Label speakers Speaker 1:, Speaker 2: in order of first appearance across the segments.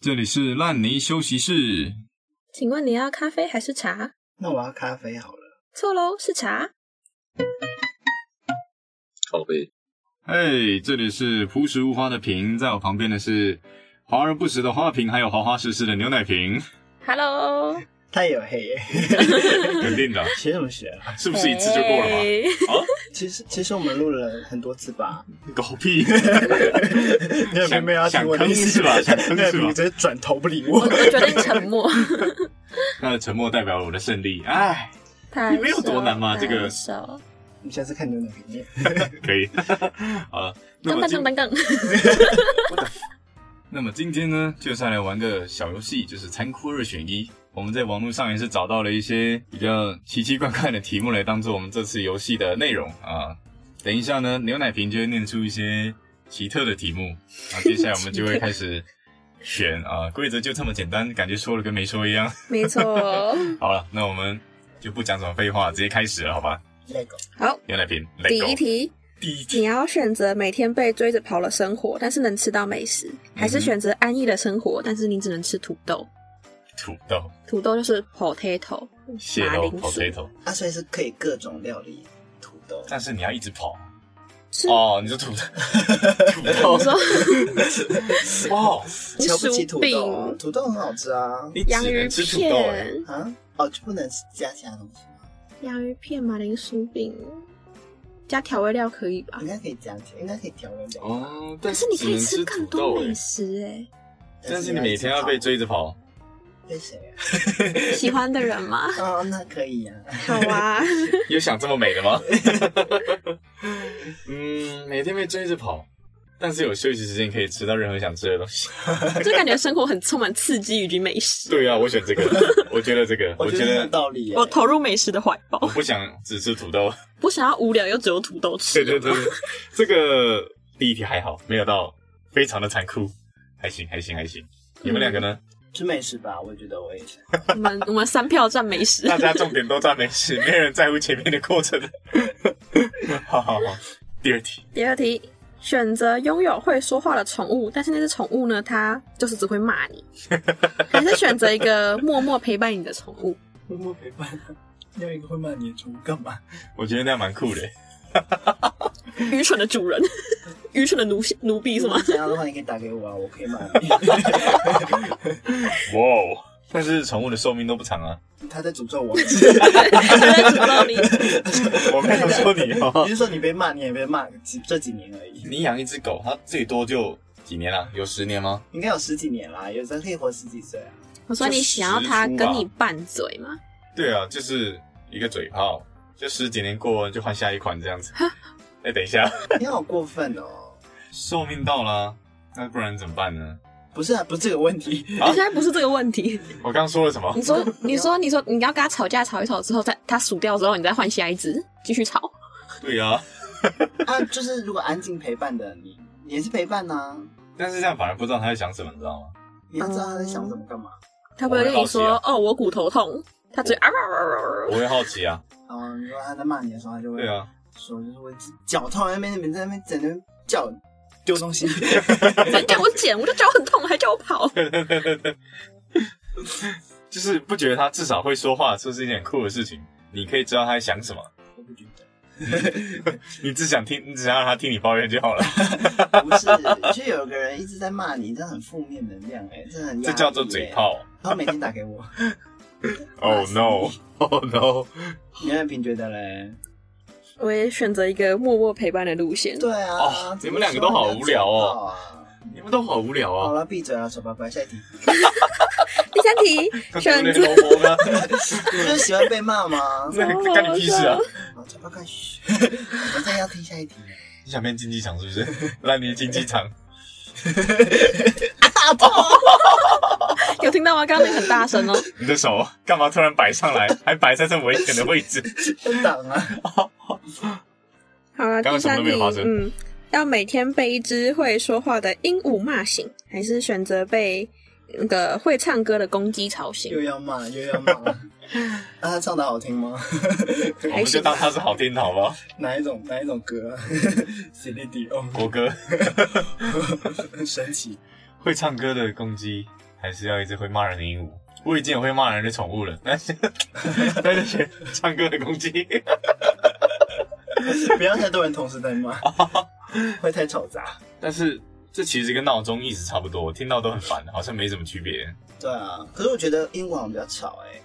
Speaker 1: 这里是烂泥休息室。
Speaker 2: 请问你要咖啡还是茶？
Speaker 3: 那我要咖啡好了。
Speaker 2: 错喽，是茶。
Speaker 4: 靠背，
Speaker 1: 嘿，这里是朴实无华的瓶，在我旁边的是华而不实的花瓶，还有华华实实的牛奶 瓶，
Speaker 2: Hello，
Speaker 3: 他也有黑 耶，
Speaker 1: 肯定的，
Speaker 3: 学什么学啊？
Speaker 1: 是不是一次就过了嘛？
Speaker 2: 嘿
Speaker 3: 其实其实我们录了很多次吧。
Speaker 1: 狗屁！
Speaker 3: 那
Speaker 1: 想
Speaker 3: 边没有要听我的意
Speaker 1: 想
Speaker 3: 思
Speaker 1: 坑是吧想坑
Speaker 3: 那
Speaker 1: 是吧
Speaker 3: 你直接转头不理
Speaker 2: 我
Speaker 3: 我。
Speaker 2: 我决定沉 默。
Speaker 1: 他的沉默代表了我的胜利。哎，
Speaker 2: 太
Speaker 1: 你没有多难嘛
Speaker 2: 熟
Speaker 1: 这个
Speaker 2: 太熟
Speaker 3: 你下次看牛奶瓶面，
Speaker 1: 可以。 好了，那
Speaker 2: 噔
Speaker 1: 么
Speaker 2: 噔
Speaker 1: 今
Speaker 2: 噔噔噔，
Speaker 1: 那么今天呢，就是要来玩个小游戏，就是残酷二选一。我们在网络上也是找到了一些比较奇奇怪怪的题目来当做我们这次游戏的内容啊。等一下呢，牛奶瓶就会念出一些奇特的题目，啊，接下来我们就会开始选啊，规则就这么简单，感觉说了跟没说一样。
Speaker 2: 没 错。
Speaker 1: 好了，那我们就不讲什么废话，直接开始了，好吧？
Speaker 3: 那个
Speaker 2: 好，
Speaker 1: 牛奶瓶，
Speaker 2: 第
Speaker 1: let go
Speaker 2: 一，题，
Speaker 1: 第一题，
Speaker 2: 你要选择每天被追着跑的生活，但是能吃到美食，还是选择安逸的生活，但是你只能吃土豆？
Speaker 1: 土豆，
Speaker 2: 土豆就是 potato，
Speaker 1: 哦蟹
Speaker 2: 马
Speaker 1: 肉
Speaker 2: 铃薯。
Speaker 1: ，potato，
Speaker 3: 啊，所以是可以各种料理，土豆。
Speaker 2: 哎
Speaker 1: 但是你要一直跑
Speaker 2: 吃
Speaker 1: 哦，你说 土豆，
Speaker 2: 你说
Speaker 1: 土豆，哦，
Speaker 3: 瞧不起土豆
Speaker 2: 薯，饼
Speaker 3: 土豆很好吃啊。
Speaker 1: 你
Speaker 2: 洋
Speaker 1: 只
Speaker 2: 芋
Speaker 1: 能吃土豆哎，
Speaker 2: 片、
Speaker 3: 啊，哦，就不能加其他东西吗？
Speaker 2: 洋芋片、马铃薯饼，加调味料可以吧
Speaker 3: 应？该可以加起来，应该可以调味料。
Speaker 1: 哦，
Speaker 2: 可
Speaker 1: 但
Speaker 2: 是你可以
Speaker 1: 只
Speaker 2: 吃
Speaker 1: 能
Speaker 2: 更
Speaker 1: 土
Speaker 2: 多
Speaker 1: 豆
Speaker 2: 美
Speaker 1: 哎，
Speaker 2: 食哎、
Speaker 1: 但是你每天要被追着跑，
Speaker 3: 被谁啊？
Speaker 2: 喜欢的人嘛，
Speaker 3: 哦，那可以啊。
Speaker 2: 好啊，
Speaker 1: 有想这么美的吗？ 嗯，每天被追着跑，但是有休息时间可以吃到任何想吃的东 西。
Speaker 2: 就感觉生活很充满刺激以及美食。
Speaker 1: 对啊，我选这个，我觉得这个，
Speaker 3: 我
Speaker 1: 我
Speaker 3: 觉
Speaker 1: 觉
Speaker 3: 得很有
Speaker 1: 得
Speaker 3: 道理耶。
Speaker 2: 我投入美食的怀抱
Speaker 1: 我，不想只吃土 豆。
Speaker 2: 不想要无聊又只有土豆
Speaker 1: 对
Speaker 2: 吃。
Speaker 1: 对对，对 这个第一题还好，没有到非常的残酷，还行还行还行。你们两个呢？
Speaker 3: 吃美食吧，我觉得我也是。
Speaker 2: 我们我们三票占美 食
Speaker 1: 大。家重点都在美食，没有人在乎前面的过 程。好好好，第二题，
Speaker 2: 第二题，选择拥有会说话的宠物，但是那只宠物呢，它就是只会 骂你，还是选择一个默默陪伴你的宠物？
Speaker 3: 默默陪伴啊，要一个会骂你的宠物干嘛？
Speaker 1: 我觉得那样蛮酷的。
Speaker 2: 愚蠢的主人， 愚蠢的奴奴婢 是吗？
Speaker 3: 想要的话，你可以打给我啊，我可以骂
Speaker 1: 哇哦！但是宠物的寿命都不长啊。
Speaker 3: 你。他在诅咒我。
Speaker 2: 他在诅咒 你。
Speaker 1: 我没有说你哦
Speaker 3: 你。是说你被骂，你也被骂几这几年而已，
Speaker 1: 你养一只狗，它最多就几年啊？有十年吗？
Speaker 3: 应该有十几年啦，有人可以活十几岁啊。
Speaker 2: 我说你想要
Speaker 1: 啊
Speaker 2: 它跟你拌嘴吗？
Speaker 1: 对啊，就是一个嘴炮，就十几年过就换下一款这样子。哎，等一下，
Speaker 3: 你好过分哦！
Speaker 1: 寿命到了啊，那不然怎么办呢？
Speaker 3: 不是啊，不是这个问题，
Speaker 1: 啊
Speaker 2: 你现在不是这个问题。
Speaker 1: 我刚说了什么
Speaker 2: 你？说，你说，你说，你要跟他吵架，吵一吵之后，再他数掉之后，你再换下一只，继续吵。
Speaker 1: 对啊，
Speaker 3: 啊，就是如果安静陪伴的你，你也是陪伴呐、
Speaker 1: 但是这样反而不知道它在想什么，你知道吗？
Speaker 3: 你要知道他在想什么干嘛。
Speaker 2: 他不会跟你说
Speaker 1: 我会好：“
Speaker 2: 哦，我骨头痛。”他只会啊啊啊啊
Speaker 1: 我
Speaker 2: 啊啊
Speaker 1: 会好奇啊。
Speaker 3: 哦，你说他在骂你的时候，他就会
Speaker 1: 对啊，
Speaker 3: 说，就是会脚痛在那边，你们在那边整天叫丢 东西。
Speaker 2: 啊，再叫我捡，我就脚很痛，还叫我跑。
Speaker 1: 就是不觉得它至少会说话，这是一件很酷的事情。你可以知道它在想什么，
Speaker 3: 我不觉得，
Speaker 1: 你只想听，你只想让它听你抱怨就好 了。
Speaker 3: 不是，就有个人一直在骂你，这很负面能量哎、这很压
Speaker 1: 这
Speaker 3: 力
Speaker 1: 叫做
Speaker 3: 耶
Speaker 1: 嘴。炮。
Speaker 3: 他每天打给我，
Speaker 1: Oh no! Oh no!
Speaker 3: 你那平觉得嘞？
Speaker 2: 我也选择一个默默陪伴的路线。
Speaker 3: 对啊，
Speaker 1: 哦
Speaker 3: 怎
Speaker 1: 你们
Speaker 3: 么
Speaker 1: 两个都好无聊哦
Speaker 3: 说人家嘴炮啊。
Speaker 1: 你们都好无聊
Speaker 3: 好
Speaker 1: 啊！
Speaker 3: 了，闭嘴了，小白白，下一题。
Speaker 2: 第三题，选择
Speaker 1: 萝卜呢？
Speaker 3: 就是喜欢被 骂吗？
Speaker 1: 那干你屁事啊！
Speaker 3: 啊，嘴巴快嘘！我再要听下一题。
Speaker 1: 你想变竞技场是不是？ 烂泥竞技场，
Speaker 2: 有听到吗？刚刚那个很大声哦。
Speaker 1: 你的手干嘛突然摆上来，还摆在这么危险的位置？
Speaker 3: 挡啊！
Speaker 2: 好
Speaker 1: 刚
Speaker 2: 了，
Speaker 1: 刚
Speaker 2: 第
Speaker 1: 什么
Speaker 2: 三
Speaker 1: 都
Speaker 2: 题
Speaker 1: 没有发，生
Speaker 2: 嗯，要每天被一只会说话的鹦鹉骂醒，还是选择被那个会唱歌的公鸡吵醒
Speaker 3: 又？要骂，又要骂。 那他唱的好听 吗？
Speaker 1: 我们就当它是好听的好不好？
Speaker 3: 哪一种哪一种歌 啊 c d d 哦，
Speaker 1: 国歌
Speaker 3: 神奇。
Speaker 1: 会唱歌的公鸡，还是要一只会骂人的鹦鹉。我已经有会骂人的宠物了，但是 但是学唱歌的公鸡，
Speaker 3: 不要太多人同时 在骂，会太吵杂。
Speaker 1: 但是这其实跟闹钟意思差不多，我听到都很烦，好像没什么区别。
Speaker 3: 对啊，可是我觉得英文好像比较吵哎、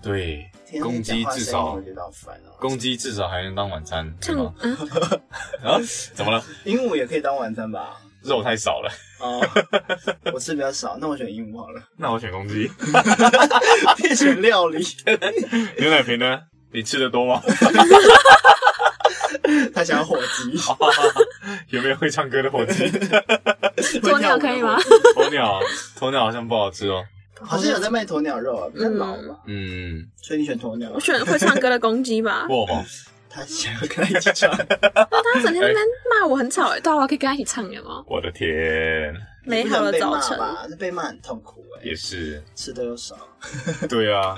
Speaker 1: 对，
Speaker 3: 天
Speaker 1: 公
Speaker 3: 天讲
Speaker 1: 鸡
Speaker 3: 话
Speaker 1: 至
Speaker 3: 声音
Speaker 1: 少
Speaker 3: 我觉得好烦哦、
Speaker 1: 公鸡至少还能当晚餐，对
Speaker 2: 像
Speaker 1: 吗？
Speaker 2: 嗯，
Speaker 1: 啊，怎么了？
Speaker 3: 鹦鹉也可以当晚餐吧？
Speaker 1: 肉太少了，
Speaker 3: 哦，我吃比较少，那我选鹦鹉好了。
Speaker 1: 那我选公鸡。
Speaker 3: 可以选料理，
Speaker 1: 牛奶瓶呢？你吃的多吗？
Speaker 3: 他想要火鸡，
Speaker 1: 有没有会唱歌的火 鸡？
Speaker 2: 鸵鸟可以吗？
Speaker 1: 鸵鸟，鸵鸟好像不好吃哦。
Speaker 3: 好像有在卖鸵鸟肉啊，比较老吧，
Speaker 1: 嗯，
Speaker 3: 所以你选鸵鸟
Speaker 2: 我。选会唱歌的公鸡吧。
Speaker 1: 过吗？
Speaker 3: 他想要跟 他一起唱，
Speaker 2: 他整天在那边骂我很吵哎，对啊，我可以跟他一起唱有吗？
Speaker 1: 我的天，
Speaker 2: 美好的早
Speaker 3: 不能被
Speaker 2: 晨
Speaker 3: 骂，吧，这被骂很痛苦哎、
Speaker 1: 也是，
Speaker 3: 吃的又少
Speaker 1: 对啊。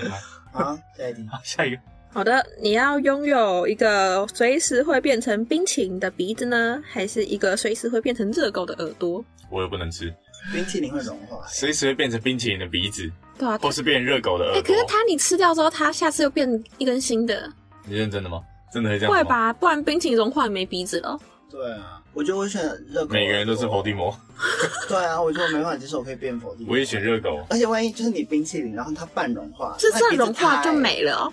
Speaker 3: 啊。下一题，
Speaker 1: 好 下一个，
Speaker 2: 好的，你要拥有一个随时会变成冰淇淋的鼻子呢，还是一个随时会变成热狗的耳朵？
Speaker 1: 我也不能吃，
Speaker 3: 冰淇淋会融化，
Speaker 1: 随时会变成冰淇淋的鼻子，
Speaker 2: 对啊，
Speaker 1: 或是变哦热狗的
Speaker 2: 哎、
Speaker 1: 耳
Speaker 2: 可
Speaker 1: 朵。
Speaker 2: 是它你吃掉之后，它下次又变一根新的，
Speaker 1: 你认真的吗？真的会这样吗
Speaker 2: 会？吧？不然冰淇淋融化也没鼻子了。
Speaker 3: 对啊，我觉得我选热狗。啊
Speaker 1: 每个人都是伏地。魔，
Speaker 3: 对啊，我觉得我没办法接受我可以变伏地魔。
Speaker 1: 我也选热狗。
Speaker 3: 而且万一就是你冰淇淋，然后它半融化，
Speaker 2: 是
Speaker 3: 那
Speaker 2: 这
Speaker 3: 一直
Speaker 2: 融化
Speaker 3: 塌
Speaker 2: 就
Speaker 3: 欸。
Speaker 2: 没了哦。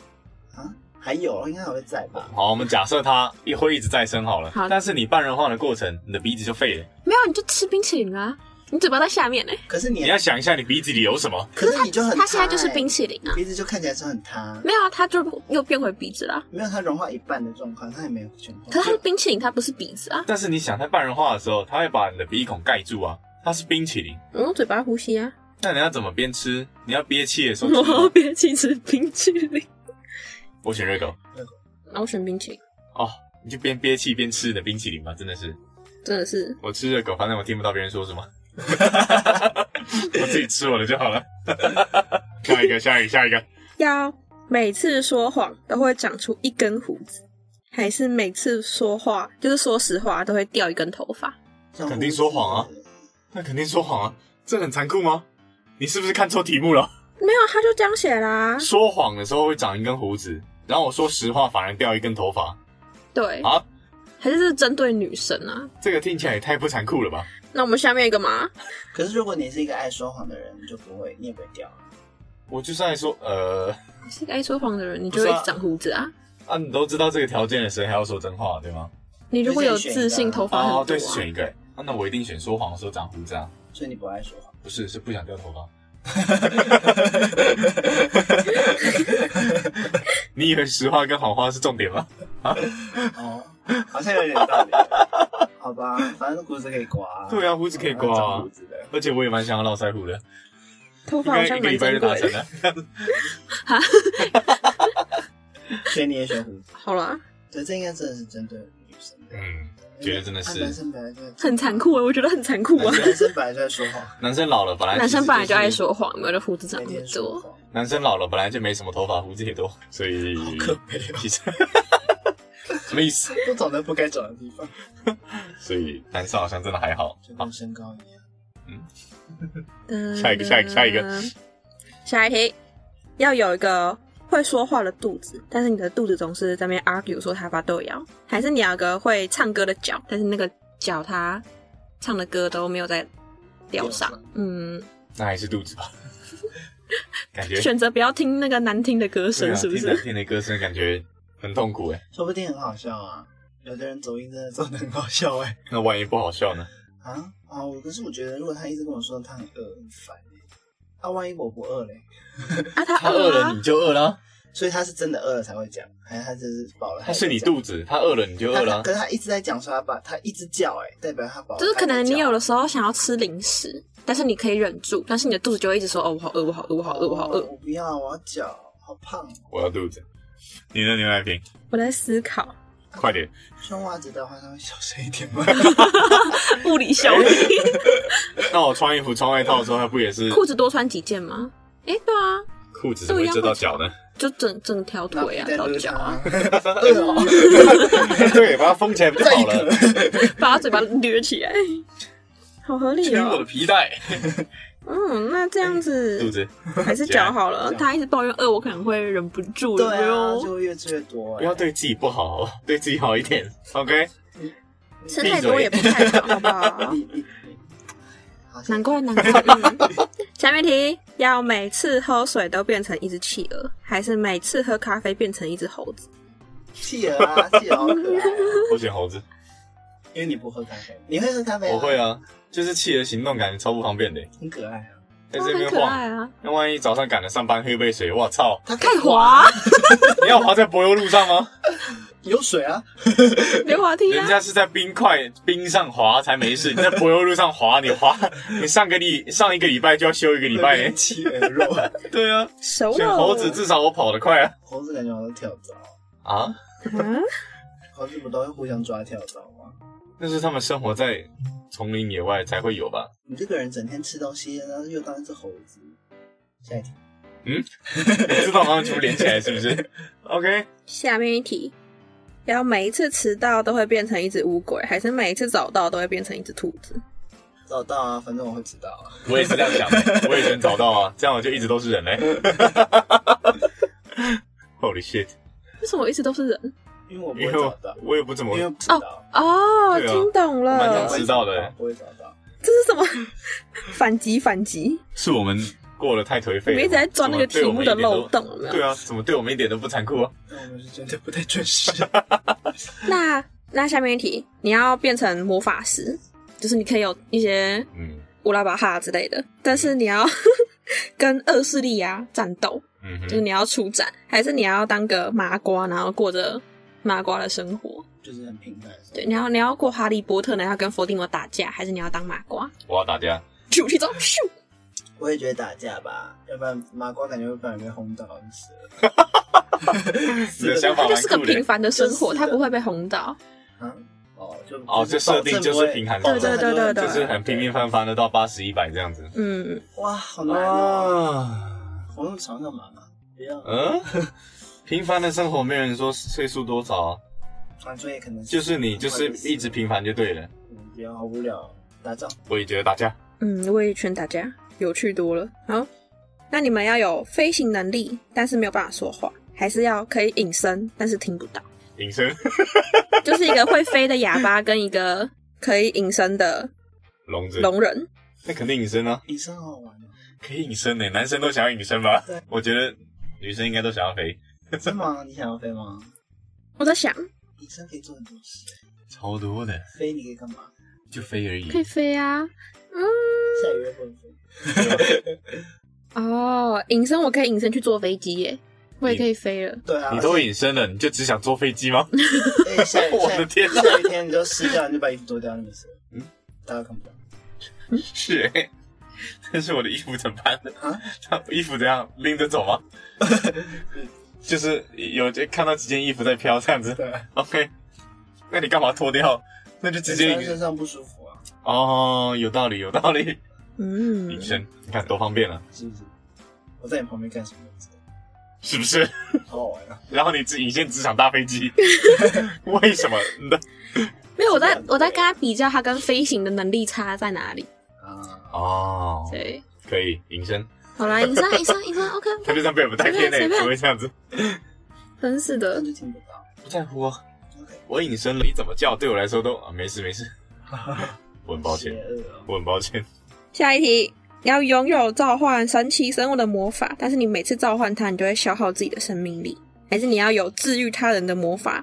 Speaker 3: 还有，应该还会在吧？
Speaker 1: 好，我们假设它也会一直再生好了，
Speaker 2: 好
Speaker 1: 但是你半人化的过程，你的鼻子就废了。
Speaker 2: 没有，你就吃冰淇淋啊，你嘴巴在下面呢、
Speaker 3: 可是你，
Speaker 1: 你要想一下，你鼻子里有什么？
Speaker 3: 可是你就很塌欸，
Speaker 2: 它现在就是冰淇淋啊，
Speaker 3: 鼻子就看起来是很塌，
Speaker 2: 没有啊，它就又变回鼻子啦。
Speaker 3: 没有它融化一半的状况，它也没有全部。
Speaker 2: 可是它是冰淇淋，它不是鼻子啊，
Speaker 1: 但是你想，它半人化的时候，它会把你的鼻孔盖住啊，它是冰淇淋。
Speaker 2: 我用嘴巴呼吸啊，
Speaker 1: 那你要怎么边吃？你要憋气的时候吃吗
Speaker 2: 我憋气吃冰淇淋。
Speaker 1: 我选热狗
Speaker 2: 那我选冰淇淋，
Speaker 1: 哦，你就边憋气边吃你的冰淇淋吧，真的是。
Speaker 2: 真的是
Speaker 1: 我吃热狗，反正我听不到别人说什么，我自己吃我的就好了。下一个，下一个，下一个。
Speaker 2: 要每次说谎都会长出一根胡子，还是每次说话就是说实话都会掉一根头发？
Speaker 3: 像
Speaker 1: 肯定说谎啊
Speaker 3: 胡子
Speaker 1: 那肯定说谎啊，这很残酷吗？你是不是看错题目了？
Speaker 2: 没有，啊他就这样写啦。
Speaker 1: 说谎的时候会长一根胡子，然后我说实话反而掉一根头发
Speaker 2: 对，
Speaker 1: 啊，
Speaker 2: 还是是针对女生啊？
Speaker 1: 这个听起来也太不残酷了吧？
Speaker 2: 那我们下面一个嘛，
Speaker 3: 可是如果你是一个爱说谎的人，你就不会，你也不会掉。
Speaker 1: 我就是爱说，呃，
Speaker 2: 你是个爱说谎的人，你
Speaker 1: 不
Speaker 2: 就是
Speaker 1: 啊
Speaker 2: 会一直长胡子啊。
Speaker 1: 啊，你都知道这个条件了，谁还要说真话，对吗？
Speaker 2: 你如果有自信，头发很多、啊
Speaker 1: 哦，对，是选一个、欸啊那我一定选说谎的时候长胡子啊，
Speaker 3: 所以你不爱说谎。
Speaker 1: 不是，是不想掉头发。你以为实话跟谎话是重点吗？
Speaker 3: 哦，好像有点道理。好吧，反正胡子可以刮、啊。
Speaker 1: 对啊，胡子可以刮
Speaker 3: 长
Speaker 1: 啊
Speaker 3: 胡，子的。
Speaker 1: 而且我也蛮想要络腮胡的，
Speaker 2: 头
Speaker 1: 应
Speaker 2: 发好
Speaker 1: 该一
Speaker 2: 像
Speaker 1: 个
Speaker 2: 蛮
Speaker 1: 礼拜
Speaker 2: 珍
Speaker 1: 就达
Speaker 2: 贵
Speaker 1: 成
Speaker 2: 的。
Speaker 1: 了。
Speaker 3: 所以你也选胡子？
Speaker 2: 好啦，
Speaker 3: 对，这应该真的是针对女生的。
Speaker 1: 嗯，觉得真的
Speaker 3: 啊
Speaker 1: 是
Speaker 3: 男生本来就
Speaker 2: 很残酷、欸，我觉得很残酷啊
Speaker 3: 男。男生本来就在说谎，
Speaker 1: 男生老了本来
Speaker 2: 男生本来就爱
Speaker 1: 说。
Speaker 2: 说谎，没有的胡子长
Speaker 3: 每
Speaker 2: 那
Speaker 3: 天
Speaker 2: 么
Speaker 3: 说
Speaker 2: 多。
Speaker 3: 谎，
Speaker 1: 男生老了本来就没什么头发，胡子也多，所以
Speaker 3: 好可悲哦，
Speaker 1: 其实什么意思？
Speaker 3: 都长在不该长的地方，
Speaker 1: 所以男生好像真的还好。
Speaker 3: 就
Speaker 1: 好
Speaker 3: 跟身高一样。
Speaker 1: 下一个下一个下一个，
Speaker 2: 嗯下一题，要有一个会说话的肚子，但是你的肚子总是在那边 argue 说他发豆摇，还是你要有个会唱歌的脚，但是那个脚他唱的歌都没有在调上
Speaker 3: 调上。
Speaker 2: 嗯，
Speaker 1: 那还是肚子吧，感觉
Speaker 2: 选择不要听那个难听的歌
Speaker 1: 对
Speaker 2: 声，
Speaker 1: 啊
Speaker 2: 是不
Speaker 1: 听
Speaker 2: 是？
Speaker 1: 难听的歌声感觉很痛苦哎。
Speaker 3: 说不定很好笑啊。有的人走音真的走的很好笑哎、
Speaker 1: 那万一不好笑呢？
Speaker 3: 啊啊！我可是我觉得，如果他一直跟我说他很饿很烦哎、那、万一我不饿嘞？
Speaker 2: 啊，他
Speaker 1: 他
Speaker 2: 饿
Speaker 1: 饿了
Speaker 2: 啊
Speaker 1: 你，就饿了，
Speaker 3: 所以他是真的饿了才会讲，还是他就是饱了？
Speaker 1: 他是你
Speaker 3: 肚。
Speaker 1: 肚子，他饿了你就
Speaker 3: 他
Speaker 1: 饿了啊
Speaker 3: 可。是他一直在讲说他把他一直叫哎、代表他饱了。
Speaker 2: 就是可能你有的
Speaker 3: 了
Speaker 2: 时候想要吃零食，但是你可以忍住，但是你的肚子就会一直说：“哦，我好饿，我好饿，我好饿，我好饿。
Speaker 3: 我不要，我要叫，好胖、哦。
Speaker 1: 我要肚子。你的牛奶瓶，”
Speaker 2: 我在思考
Speaker 1: 快点！
Speaker 3: 穿袜子的话，稍微小声一点吗？
Speaker 2: 物理效应，
Speaker 1: 那我穿衣服穿外套的时候，他不也是
Speaker 2: 裤子多穿几件吗？诶，对啊，
Speaker 1: 裤子怎么会遮到脚呢？
Speaker 2: 就整整条腿啊，到脚啊，
Speaker 3: 对 哦，
Speaker 1: 对，把它封起来不就
Speaker 3: 再一
Speaker 1: 好了？
Speaker 3: 个，
Speaker 2: 把他嘴巴掠起来，好合理
Speaker 1: 牵我
Speaker 2: 哦
Speaker 1: 的。皮带。
Speaker 2: 嗯，那这样
Speaker 1: 肚
Speaker 2: 子
Speaker 1: 子，
Speaker 2: 还是脚好了。
Speaker 1: 啊
Speaker 3: 脚
Speaker 2: 他一直抱怨呃饿，我可能会忍不住。
Speaker 3: 对啊，
Speaker 2: 有没
Speaker 3: 就
Speaker 2: 有
Speaker 3: 会越吃越多、
Speaker 1: 不
Speaker 3: 欸。
Speaker 1: 要对自己不好哦，对自己好一点。OK，
Speaker 2: 吃太多也不太好，好不好？
Speaker 3: 你你你，好像
Speaker 2: 难怪，难怪。嗯、下面题要每次喝水都变成一只企鹅，还是每次喝咖啡变成一只猴子？
Speaker 3: 企鹅啊，企鹅好可爱、啊。
Speaker 1: 我选猴子，
Speaker 3: 因为你不喝咖啡，你会喝咖啡、
Speaker 1: 我会，啊，就是企鹅行动感觉超不方便的，
Speaker 3: 很可爱啊。
Speaker 1: 在
Speaker 2: 哦
Speaker 1: 这
Speaker 2: 很
Speaker 1: 边
Speaker 2: 可
Speaker 1: 晃。
Speaker 2: 爱啊！
Speaker 1: 那万一早上赶着上班喝一杯水，我操！
Speaker 3: 它
Speaker 2: 太， 滑，
Speaker 1: 你要滑在柏油路上吗？
Speaker 3: 有水啊，
Speaker 2: 溜滑梯
Speaker 1: 人
Speaker 2: 啊！
Speaker 1: 家是在冰块冰上滑才没事，你在柏油路上滑，你滑，你上个礼上一个礼拜就要休一个礼拜欸
Speaker 3: 有点。企鹅肉，
Speaker 1: 对啊，
Speaker 2: 熟
Speaker 1: 选
Speaker 2: 了，
Speaker 1: 猴子至少我跑得快啊！
Speaker 3: 猴子感觉好像跳蚤，
Speaker 1: 啊，
Speaker 2: 啊
Speaker 3: 猴子不都会互相抓跳蚤吗？
Speaker 1: 那是他们生活在丛林野外才会有吧？
Speaker 3: 你这个人整天吃东西，然后又当一只猴子。下一题，
Speaker 1: 你知道把他们全部连起来是不是？OK，
Speaker 2: 下面一题，要每一次迟到都会变成一只乌龟，还是每一次早到都会变成一只兔子？
Speaker 3: 找到啊，反正我会知道啊。
Speaker 1: 我也是这样想的，我也选找到啊，这样我就一直都是人嘞。Holy shit！
Speaker 2: 为什么我一直都是人？
Speaker 3: 因为我不
Speaker 1: 因
Speaker 3: 会
Speaker 1: 为
Speaker 3: 找
Speaker 1: 我
Speaker 3: 到，
Speaker 1: 我也不怎么
Speaker 3: 因，为不知道，
Speaker 2: 哦，
Speaker 1: 对啊
Speaker 2: 听懂
Speaker 1: 我蛮
Speaker 2: 了
Speaker 1: 想，知道的欸
Speaker 3: 不会找到。
Speaker 2: 这是什么反击？反击！
Speaker 1: 是我们过得太颓
Speaker 2: 我
Speaker 1: 废了，
Speaker 2: 们一直在钻那个
Speaker 1: 怎
Speaker 2: 题
Speaker 1: 么
Speaker 2: 目
Speaker 1: 对我
Speaker 2: 的
Speaker 1: 们一点都
Speaker 2: 漏洞，有没有？
Speaker 1: 对啊，怎么对我们一点都不残酷啊？
Speaker 3: 那我们是真的不太 准时。
Speaker 2: 那那下面一题，你要变成魔法师，就是你可以有一些
Speaker 1: 嗯
Speaker 2: 乌拉巴哈之类的，但是你要 跟恶势力啊战斗，
Speaker 1: 嗯
Speaker 2: 就是
Speaker 1: 哼，
Speaker 2: 你要出战，还是你要当个麻瓜，然后过着麻瓜的生活？
Speaker 3: 就是很平淡。
Speaker 2: 对，你要你要过哈利波特，然后跟伏地魔打架，还是你要当麻瓜？
Speaker 1: 我要打架，
Speaker 2: 主题中咻，
Speaker 3: 我也觉得打架吧，要不然麻瓜感觉会不然被轰到死了。
Speaker 1: 你的 想法
Speaker 2: 它就
Speaker 1: 蛮
Speaker 2: 是个
Speaker 1: 酷
Speaker 2: 平
Speaker 1: 的。
Speaker 2: 凡的生
Speaker 3: 就
Speaker 2: 活，
Speaker 3: 是
Speaker 2: 它
Speaker 3: 的
Speaker 2: 不会被轰到。
Speaker 3: 啊，哦，就
Speaker 1: 哦这设定就是平衡
Speaker 2: 对对对对对
Speaker 1: 就是很平平凡凡的到八十一百这样子
Speaker 2: 嗯，
Speaker 3: 哇，好难哦！
Speaker 1: 啊，
Speaker 3: 我用尝尝嘛，不要，
Speaker 1: 嗯， 平凡的生活没有人说岁数多少啊，
Speaker 3: 反正也可能
Speaker 1: 就是你就是一直平凡就对了。
Speaker 3: 嗯不要，好无聊，打仗
Speaker 1: 我也觉得打架，
Speaker 2: 嗯，我也劝大家有趣多了。好，那你们要有飞行能力，但是没有办法说话，还是要可以隐身，但是听不 到，
Speaker 1: 隐身
Speaker 2: 就是一个会飞的哑巴跟一个可以隐身的
Speaker 1: 聋子，
Speaker 2: 聋人。
Speaker 1: 那肯定隐身啊，
Speaker 3: 隐身好好玩哦，
Speaker 1: 可以隐身呢，男生都想要隐身吧
Speaker 3: 对？
Speaker 1: 我觉得女生应该都想要飞，
Speaker 3: 真的吗？啊你想要飞吗？
Speaker 2: 我在想，
Speaker 1: 嗯
Speaker 3: 隐身可以做很多事，
Speaker 1: 超多的，
Speaker 3: 飞你可以干嘛？
Speaker 1: 就飞而已
Speaker 2: 可以飞啊，嗯，
Speaker 3: 下雨会不会飞？
Speaker 2: 哦，隐身我可以隐身去坐飞机
Speaker 1: 嗯
Speaker 2: 耶，我也可以飞了。
Speaker 3: 对啊，
Speaker 1: 你都隐身了，你就只想坐飞机吗？
Speaker 3: 哎下 雨
Speaker 1: 我的天哪啊
Speaker 3: 下雨天你就湿掉，你就把衣服脱掉，你没事，
Speaker 1: 嗯
Speaker 3: 嗯，大家看不到。
Speaker 1: 是 欸，但是我的衣服怎么办呢？
Speaker 3: 啊
Speaker 1: 他衣服怎样拎着 走吗？就是有看到几件衣服在飘这样子。
Speaker 3: 对啊，
Speaker 1: OK，那你干嘛脱掉？那就直接
Speaker 3: 穿在身
Speaker 1: 隐
Speaker 3: 上不舒服啊，
Speaker 1: 哦，有道理，有道理。
Speaker 2: 嗯
Speaker 1: 隐，身，你看多方便啊了，
Speaker 3: 是不是？我在你旁边干什么？你知道
Speaker 1: 是不是？
Speaker 3: 好好玩啊！
Speaker 1: 然后你只隐身只想搭飞 机，为什么？你的
Speaker 2: 没有，我在我在跟他比较，他跟飞行的能力差在哪里？
Speaker 3: 啊，
Speaker 1: 哦，
Speaker 2: 对，
Speaker 1: 可以隐身，
Speaker 2: 好 啦，隐身隐身隐身，OK，
Speaker 1: 他就算被我们带偏
Speaker 2: 随便随
Speaker 1: 呢，
Speaker 2: 便
Speaker 1: 不会这样子。
Speaker 2: 真是
Speaker 3: 那
Speaker 2: 的，
Speaker 3: 就听不到。
Speaker 1: 不在乎啊
Speaker 3: OK，
Speaker 1: 我隐身了，你怎么叫对我来说都啊没事没 事，我很抱歉
Speaker 3: 邪，恶哦。
Speaker 1: 我很抱歉。
Speaker 2: 下一题，你要拥有召唤神奇生物的魔法，但是你每次召唤它，你就会消耗自己的生命力；还是你要有治愈他人的魔法，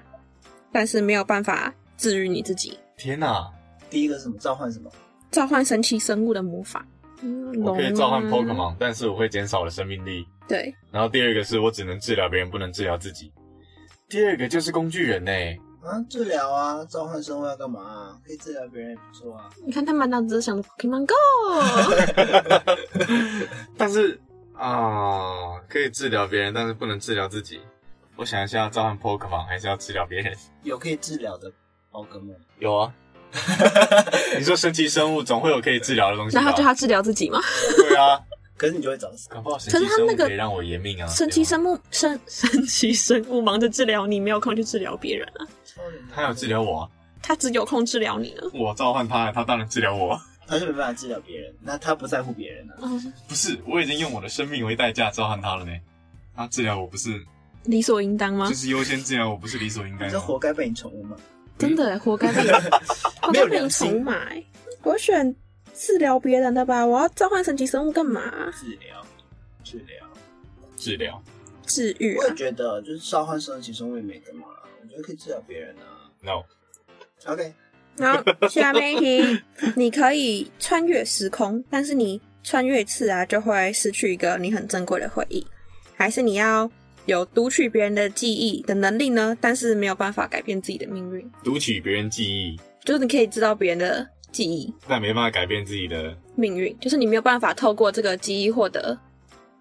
Speaker 2: 但是没有办法治愈你自己？
Speaker 1: 天哪，
Speaker 3: 第一个是什么？召唤什么？
Speaker 2: 召唤神奇生物的魔法，嗯
Speaker 1: 我可以召唤。
Speaker 2: 龙啊
Speaker 1: Pokemon，但是我会减少我的生命力。
Speaker 2: 对，
Speaker 1: 然后第二个是我只能治疗别人，不能治疗自己。第二个就是工具人呢、
Speaker 3: 啊，治疗啊，召唤生物要干嘛、啊？可以治疗别人也不错啊。
Speaker 2: 你看他满脑子都想着 Pokemon Go，
Speaker 1: 但是啊、可以治疗别人，但是不能治疗自己。我想一下，要召唤 Pokemon 还是要治疗别人？
Speaker 3: 有可以治疗的宝可梦，
Speaker 1: 有啊， 你说神奇生物总会有可以治疗的东西
Speaker 2: 然后
Speaker 1: 吧？
Speaker 2: 叫他治疗自己嘛。
Speaker 1: 对啊，
Speaker 3: 可是你就会找死。
Speaker 1: 搞不好神
Speaker 2: 可
Speaker 1: 奇
Speaker 2: 是他
Speaker 1: 生
Speaker 2: 那
Speaker 1: 物
Speaker 2: 个
Speaker 1: 可以让我延命啊！
Speaker 2: 神奇
Speaker 1: 对吧
Speaker 2: 生物 神神奇生物忙着治疗你，没有空去治疗别人啊。
Speaker 3: 超人
Speaker 1: 他有治疗我啊、
Speaker 2: 他只有空治疗你了。
Speaker 1: 我召唤他，他当然治疗我。啊
Speaker 3: 他就没办法治疗别人，那他不在乎别人啊。
Speaker 2: 嗯
Speaker 1: 不是，我已经用我的生命为代价召唤他了呢。他治疗我不是，
Speaker 2: 理所应当吗
Speaker 3: 啊
Speaker 1: 就？是优先治疗我不是理所应该
Speaker 3: 你
Speaker 1: 吗
Speaker 3: 就？活该被你宠物吗？
Speaker 2: 真的耶，欸活该被活
Speaker 3: 没
Speaker 2: 该
Speaker 3: 有
Speaker 2: 被
Speaker 3: 良
Speaker 2: 你
Speaker 3: 心
Speaker 2: 宠买。我选治疗别人的吧，我要召唤神奇生物干嘛？
Speaker 3: 治疗，治疗。
Speaker 1: 治疗
Speaker 2: 治愈
Speaker 3: 我也
Speaker 2: 啊！
Speaker 3: 觉得，就是召唤生的其实我也没干嘛，我觉得可以治疗别人啊。
Speaker 1: ？No，
Speaker 3: OK，
Speaker 2: 然后下面一题，你可以穿越时空，但是你穿越一次啊，就会失去一个你很珍贵的回忆。还是你要有读取别人的记忆的能力呢？但是没有办法改变自己的命运，
Speaker 1: 读取别人记忆，
Speaker 2: 就是你可以知道别人的记忆，
Speaker 1: 但没办法改变自己的。
Speaker 2: 命运，就是你没有办法透过这个记忆获得，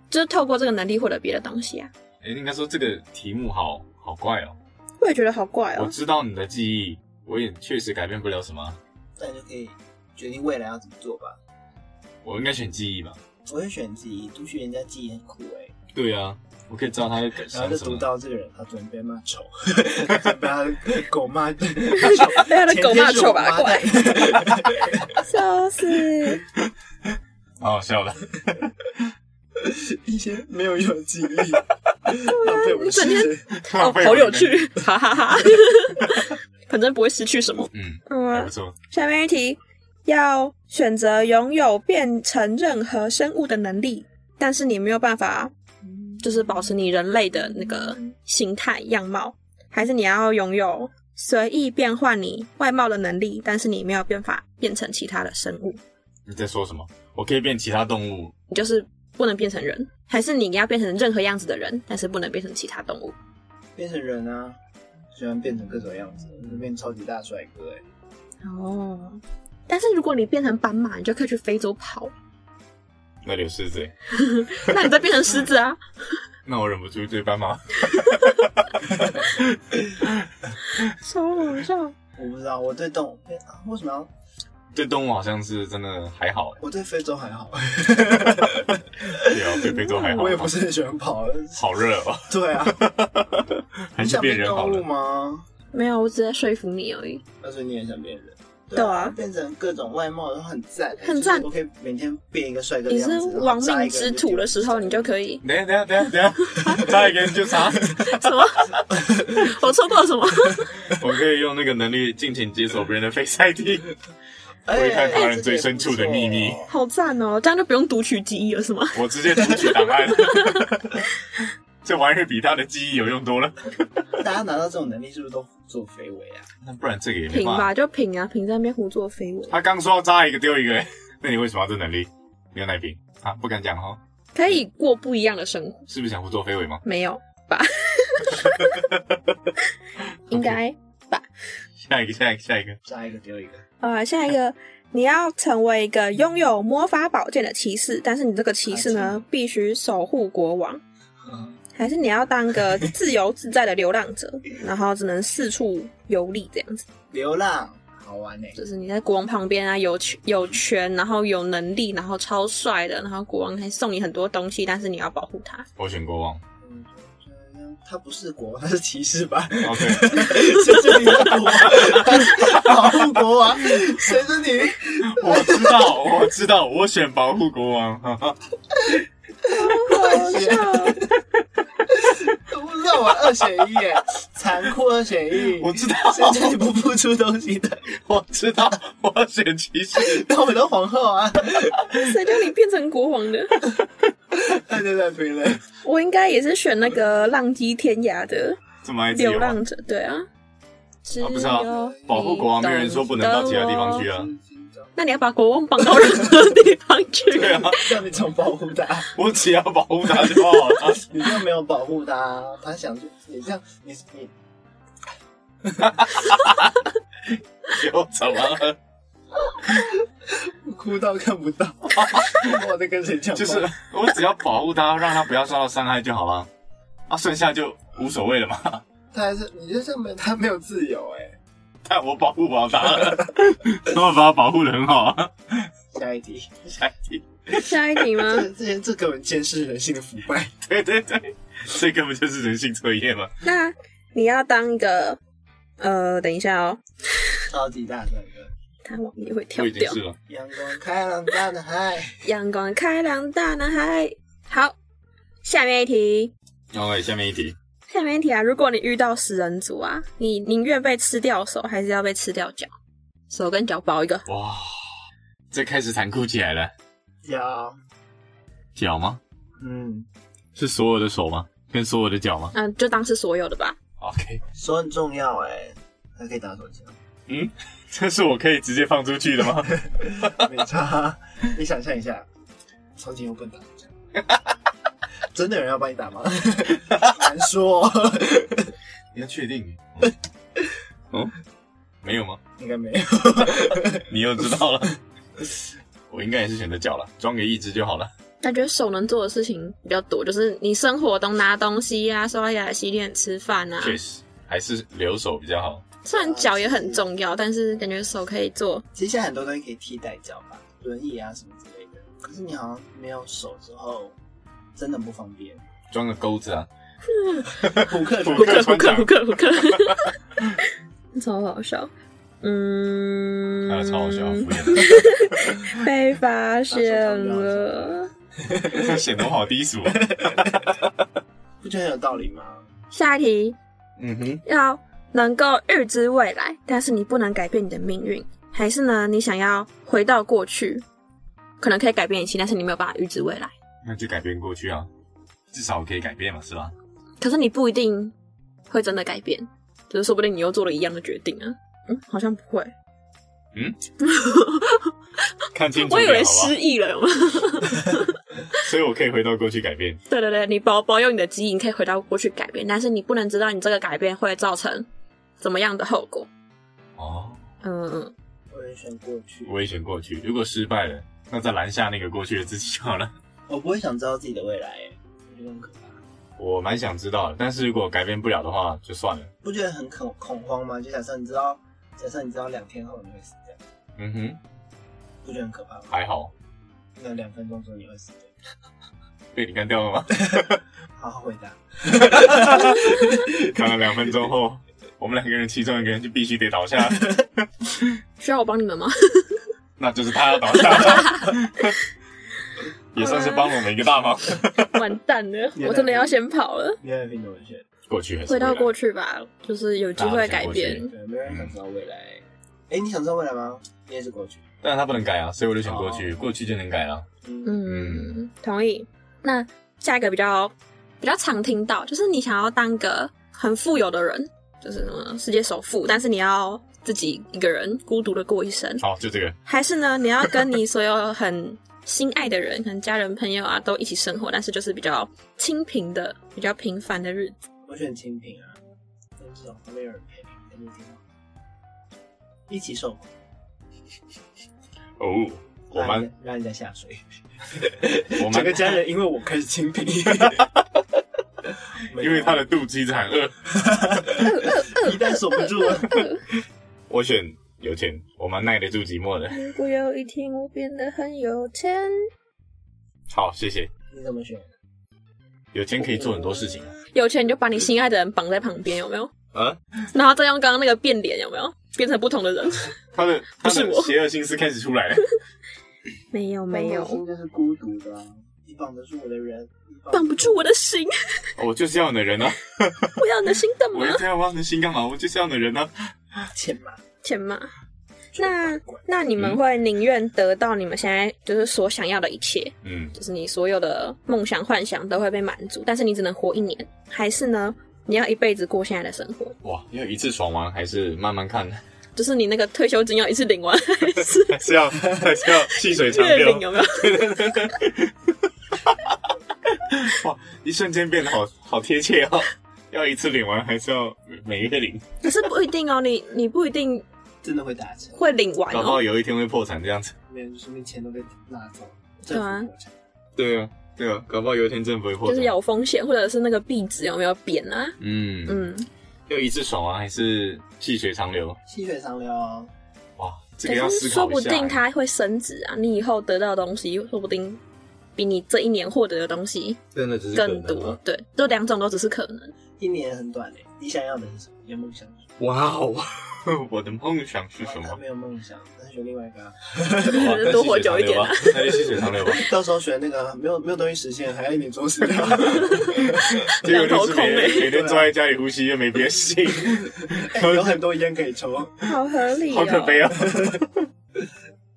Speaker 2: 就是透过这个能力获得别的东西啊。
Speaker 1: 诶应该说这个题目好好怪哦。
Speaker 2: 我也觉得好
Speaker 3: 哎
Speaker 2: 怪
Speaker 1: 我
Speaker 2: 哦，
Speaker 1: 知道你的记忆，我也确实改变不了什么。
Speaker 3: 那你就可以决定未来要怎么做吧。
Speaker 1: 我应该选记忆吧？
Speaker 3: 我会选记忆，读取人家记忆很酷哎、
Speaker 1: 对啊，我可以知道他会改
Speaker 3: 然后
Speaker 1: 想
Speaker 3: 就
Speaker 1: 什
Speaker 3: 读
Speaker 1: 么。
Speaker 3: 到这个人，他昨天被骂丑， 他昨天被他的 狗骂，被他
Speaker 2: 他的狗骂丑吧怪就是
Speaker 1: 好好笑的。
Speaker 3: 一些没有用的记忆， 浪费我的时间。
Speaker 2: 哦，好有。趣，哈哈 哈。反正不会失去什么。
Speaker 1: 嗯，
Speaker 2: 嗯
Speaker 1: 还
Speaker 2: 啊
Speaker 1: 不，错。
Speaker 2: 下面一题，要选择拥有变成任何生物的能力，但是你没有办法，就是保持你人类的那个形态样貌，还是你要拥有随意变换你外貌的能力，但是你没有办法变成其他的生物，
Speaker 1: 你在说什么？我可以变其他动物，
Speaker 2: 你就是不能变成人，还是你要变成任何样子的人，但是不能变成其他动物？
Speaker 3: 变成人啊，喜欢变成各种样子，就变超级大帅哥哎、
Speaker 2: 哦，但是如果你变成斑马，你就可以去非洲跑，
Speaker 1: 那里有狮子。
Speaker 2: 那你再变成狮子啊？
Speaker 1: 那我忍不住对斑马。
Speaker 2: 超好笑。
Speaker 3: 我不知道，我对动物、啊、为什么要？
Speaker 1: 对动物好像是真的还好，
Speaker 3: 我对非洲还好，
Speaker 1: 对啊，对非洲还好。
Speaker 3: 我也不是很喜欢跑。
Speaker 1: 好热哦，
Speaker 3: 对啊，
Speaker 1: 还
Speaker 3: 你
Speaker 1: 是
Speaker 3: 想
Speaker 1: 变
Speaker 3: 变
Speaker 1: 人好
Speaker 3: 动物
Speaker 1: 了。
Speaker 3: 吗？
Speaker 2: 没有，我只在说服你而已。
Speaker 3: 但是你也想变人？
Speaker 2: 对啊
Speaker 3: 变成各种外貌都很赞，哎
Speaker 2: 很赞
Speaker 3: 就是我可以每天变一个帅哥的
Speaker 2: 你
Speaker 3: 样
Speaker 2: 是
Speaker 3: 子。
Speaker 2: 亡命之徒的时候，你就可以
Speaker 1: 等一下等一下等一下等一下，再一个人就 查。
Speaker 2: 什么？我错过了什么？
Speaker 1: 我可以用那个能力尽情解锁别人的 Face ID。
Speaker 3: 然后
Speaker 1: 窥
Speaker 3: 就
Speaker 1: 探
Speaker 3: 哎
Speaker 1: 他人最深处的秘密
Speaker 3: 这个也不错
Speaker 2: 好赞哦！这样就不用读取记忆了，是吗？
Speaker 1: 我直接读取档 案，这玩意儿比他的记忆有用多了。
Speaker 3: 大家拿到这种能力，是不是都做非为啊？
Speaker 1: 那不然这个也没
Speaker 2: 品
Speaker 1: 办法。
Speaker 2: 吧，就品啊，品在那边胡作非为。
Speaker 1: 他刚说要扎一个丢一个、欸那你为什么要这能力？牛奶瓶啊，不敢讲哈，
Speaker 2: 可以过不一样的生活，
Speaker 1: 是不是想胡作非为吗？
Speaker 2: 没有吧？应该。
Speaker 1: 下一个，下一个，下一个，
Speaker 3: 下一个丢一个，
Speaker 2: 呃，下一个，你要成为一个拥有魔法宝剑的骑士，但是你这个骑士
Speaker 3: 啊
Speaker 2: 呢，必须守护国王。
Speaker 3: 嗯，
Speaker 2: 还是你要当 个自由自在的流浪者，然后只能四处游历这样子，
Speaker 3: 流浪好玩欸呢、
Speaker 2: 就是你在国王旁边啊，有权有权，然后有能力，然后超帅的，然后国王还送你很多东西，但是你要保护他。
Speaker 1: 我选国王。
Speaker 3: 嗯就这样他不是国王，他是骑士吧？
Speaker 1: OK，
Speaker 3: 谁是你的国王？ 他是保护国王？谁是你？
Speaker 1: 我知 道，我知道，我选保护国王。哈哈
Speaker 2: 好笑，哦
Speaker 3: 我不知道我二选一耶，残酷二选一。
Speaker 1: 我知道，
Speaker 3: 现在你不付出东西的，
Speaker 1: 我知道，我要选骑士。
Speaker 3: 那我的皇后啊，
Speaker 2: 谁叫你变成国王的？
Speaker 3: 对对对，评论。
Speaker 2: 我应该也是选那个浪迹天涯的
Speaker 1: 这么爱自由
Speaker 2: 流
Speaker 1: 啊、
Speaker 2: 浪者，对啊。
Speaker 1: 啊不是啊
Speaker 2: 只有
Speaker 1: 保护国王，没有人说不能到其他地方去
Speaker 2: 啊。
Speaker 1: 啊。
Speaker 2: 那你要把国王绑到任何地方去？
Speaker 1: 对啊，
Speaker 3: 让你从保护他，
Speaker 1: 我只要保护他就好了。
Speaker 3: 你又没有保护他，啊他想去，你这样，你你
Speaker 1: 又怎么了？
Speaker 3: 哭到看不到， 我在跟谁讲话？
Speaker 1: 就是我只要保护他，让他不要受到伤害就好了。啊，剩下就无所谓了嘛。
Speaker 3: 他还是，你就像没有他没有自由哎、
Speaker 1: 但我保护不好他了， 他们把他保护的很好啊。
Speaker 3: 下一题，
Speaker 1: 下一题，
Speaker 2: 下一题吗？
Speaker 3: 这这这根本监视人性的腐败。
Speaker 1: 对对对，这根本就是人性测验嘛。
Speaker 2: 那你要当一个呃，等一下哦，
Speaker 3: 超级大帅哥，
Speaker 2: 它往里会跳
Speaker 1: 我已经
Speaker 2: 掉。
Speaker 1: 是了。
Speaker 3: 阳光开朗大的海，
Speaker 2: 阳光开朗大男孩。好，下面一题，
Speaker 1: OK，下面一题，
Speaker 2: 下面一题啊，如果你遇到食人族啊，你宁愿被吃掉手，还是要被吃掉脚？手跟脚保一个，
Speaker 1: 哇，这开始残酷起来了。
Speaker 3: 脚，
Speaker 1: 脚吗？
Speaker 3: 嗯，
Speaker 1: 是所有的手吗？跟所有的脚吗
Speaker 2: 嗯、就当是所有的吧。
Speaker 1: ？OK，
Speaker 3: 手很重要哎、还可以打手枪，
Speaker 1: 嗯，这是我可以直接放出去的吗？
Speaker 3: 没差。你想象一下，超级有笨打手枪，真的有人要帮你打吗？ 难说，
Speaker 1: 你要确定？ 哦，没有吗？
Speaker 3: 应该没有。
Speaker 1: 你又知道了。 我应该也是选择脚了，装给一只就好了。
Speaker 2: 感觉手能做的事情比较多，就是你生活中拿东西呀、刷牙、洗脸、吃饭啊。
Speaker 1: 确实，还是留手比较好。
Speaker 2: 虽然脚也很重要，但是感觉手可以做。
Speaker 3: 其实现在很多东西可以替代脚吧，轮椅啊什么之类的。可是你好像没有手之后，真的很不方 便。
Speaker 1: 装个钩子啊，
Speaker 3: 补课补
Speaker 1: 扑克
Speaker 2: 扑
Speaker 1: 船
Speaker 2: 克
Speaker 1: 长
Speaker 2: 扑克扑克，超好笑。嗯，
Speaker 1: 啊，超好笑，敷衍，
Speaker 2: 被发现了。
Speaker 1: 显得我好低俗啊。
Speaker 3: 不觉得很有道理吗？
Speaker 2: 下一题
Speaker 1: 嗯哼，
Speaker 2: 要能够预知未来，但是你不能改变你的命运，还是呢？你想要回到过去，可能可以改变一切，但是你没有办法预知未来。
Speaker 1: 那就改变过去啊，至少我可以改变嘛，是吧？
Speaker 2: 可是你不一定会真的改变，就是说不定你又做了一样的决定啊。嗯，好像不会。
Speaker 1: 看清楚
Speaker 2: 我以
Speaker 1: 点，
Speaker 2: 为
Speaker 1: 好不好
Speaker 2: 失？忆了，有吗？
Speaker 1: 所以我可以回到过去改变。
Speaker 2: 对对对，你保保有你的基因可以回到过去改变，但是你不能知道你这个改变会造成怎么样的后果。
Speaker 1: 哦，
Speaker 2: 嗯，
Speaker 3: 我也选过去，
Speaker 1: 我也选过去，如果失败了，那再拦下那个过去的自己就好了。
Speaker 3: 我不会想知道自己的未来、欸，我觉得很可怕。
Speaker 1: 我蛮想知道的，但是如果改变不了的话，就算了。
Speaker 3: 不觉得很恐恐慌吗？就假设你知道，假设你知道两天后你会死掉，
Speaker 1: 嗯哼，
Speaker 3: 不觉得很可怕吗？
Speaker 1: 还好
Speaker 3: 那两分钟之后你会死掉，
Speaker 1: 被你干掉了吗？
Speaker 3: 好好回答。
Speaker 1: 看了两分钟后，我们两个人其中一个人就必须得倒下，
Speaker 2: 需要我帮你们 吗？
Speaker 1: 那就是他要倒下 了，也算是帮我们一个大忙。
Speaker 2: 完蛋了，我真的要先跑了。
Speaker 3: 你爱拼怎么选？
Speaker 1: 过去还是
Speaker 2: 回到过
Speaker 1: 去？
Speaker 2: 去吧，就是有机会改变。
Speaker 3: 对，没有人想知道未来、欸。哎、你想知道未来吗？你也是过去。
Speaker 1: 但是他不能改啊，所以我就选过去，过去就能改了。
Speaker 3: 嗯，
Speaker 2: 嗯，同意。那下一个比较比较常听到，就是你想要当个很富有的人，就是什么世界首富，但是你要自己一个人孤独的过一生，
Speaker 1: 好，就这个。
Speaker 2: 还是呢，你要跟你所有很心爱的人，可能家人朋友啊，都一起生活，但是就是比较清贫的、比较平凡的日子。
Speaker 3: 我选清贫啊，但至少旁边有人陪你，感觉挺好。一起受苦，
Speaker 1: 哦，我
Speaker 3: 让人
Speaker 1: 蛮
Speaker 3: 家让人家下水，
Speaker 1: 我
Speaker 3: 整
Speaker 1: 蛮
Speaker 3: 个，家人因为我开始清贫，
Speaker 1: 因为他的肚子一直喊饿，
Speaker 3: 一旦锁不住了，
Speaker 1: 我选有钱，我蛮耐得住寂寞的。
Speaker 2: 如果有一天我变得很有钱，
Speaker 1: 好，谢谢。
Speaker 3: 你怎么选？
Speaker 1: 有钱可以做很多事情啊。
Speaker 2: 有钱你就把你心爱的人绑在旁边，有没有？
Speaker 1: 啊，
Speaker 2: 然后再用刚刚那个变脸，有没有？变成不同的人？
Speaker 1: 他的他
Speaker 2: 不是
Speaker 1: 的
Speaker 2: 我
Speaker 1: 邪恶心思开始出来了。
Speaker 2: 没有
Speaker 3: 心就是孤独的、啊，你绑得住我的人，你
Speaker 2: 绑不住我的心，
Speaker 1: 我就是要你的人啊！
Speaker 2: 我要你的心啊干嘛
Speaker 1: 我？这样挖你的心干嘛？我就是要你的人啊！
Speaker 3: 钱嘛。
Speaker 2: 钱嘛。
Speaker 3: 就
Speaker 2: 那
Speaker 3: 管管
Speaker 2: 那你们
Speaker 1: 嗯
Speaker 2: 会宁愿得到你们现在就是所想要的一切，
Speaker 1: 嗯，
Speaker 2: 就是你所有的梦想幻想都会被满足，但是你只能活一年，还是呢？你要一辈子过现在的生活，
Speaker 1: 哇，要一次爽完还是慢慢看？
Speaker 2: 就是你那个退休金要一次领完， 还是
Speaker 1: 还是要还是要细水长
Speaker 2: 月 领
Speaker 1: 流？
Speaker 2: 有没有？
Speaker 1: 哇，一瞬间变得好好贴切哦！要一次领完还是要每一个领？
Speaker 2: 可是不一定哦，你你不一定
Speaker 3: 真的会达成，
Speaker 2: 会领完
Speaker 1: 搞不
Speaker 2: 哦
Speaker 1: 好。有一天会破产这样子。
Speaker 3: 没有，就说明钱都被拿走，
Speaker 2: 对啊
Speaker 3: 政府国产
Speaker 1: 对啊，对啊，搞不好有一天真的不会破
Speaker 2: 就
Speaker 1: 产。
Speaker 2: 是有风险，或者是那个币值有没有贬啊？
Speaker 1: 嗯嗯，
Speaker 2: 嗯，
Speaker 1: 要一次爽完还是细水长流？
Speaker 3: 细水长流啊，
Speaker 1: 哇，这个要
Speaker 2: 可
Speaker 1: 思
Speaker 2: 是
Speaker 1: 考
Speaker 2: 说
Speaker 1: 一
Speaker 2: 不
Speaker 1: 下。
Speaker 2: 定它会升值啊！你以后得到的东西，说不定比你这一年获得的东西
Speaker 1: 真的只是
Speaker 2: 更
Speaker 1: 可能啊
Speaker 2: 多
Speaker 1: 吗。
Speaker 2: 对，这两种都只是可能。
Speaker 3: 一年很短嘞、你想要的是什么？你的梦想是什么？
Speaker 1: 哇哦！ 我的梦想是什
Speaker 3: 他
Speaker 1: 么？
Speaker 3: 没有梦想，但是有另外一个啊，
Speaker 1: 哇那
Speaker 2: 多活久一点啊
Speaker 1: 细水长流吧，那就细水长流吧。
Speaker 3: 到时候选那个没有没有东西实现，还要一 点做事。
Speaker 1: 结果就是每
Speaker 2: 两头空欸
Speaker 1: 天每天坐在家里呼吸，又没别的事 情，
Speaker 3: 哎有很多烟可以抽，
Speaker 2: 好合理、
Speaker 1: 好
Speaker 2: 哦，
Speaker 1: 可悲啊！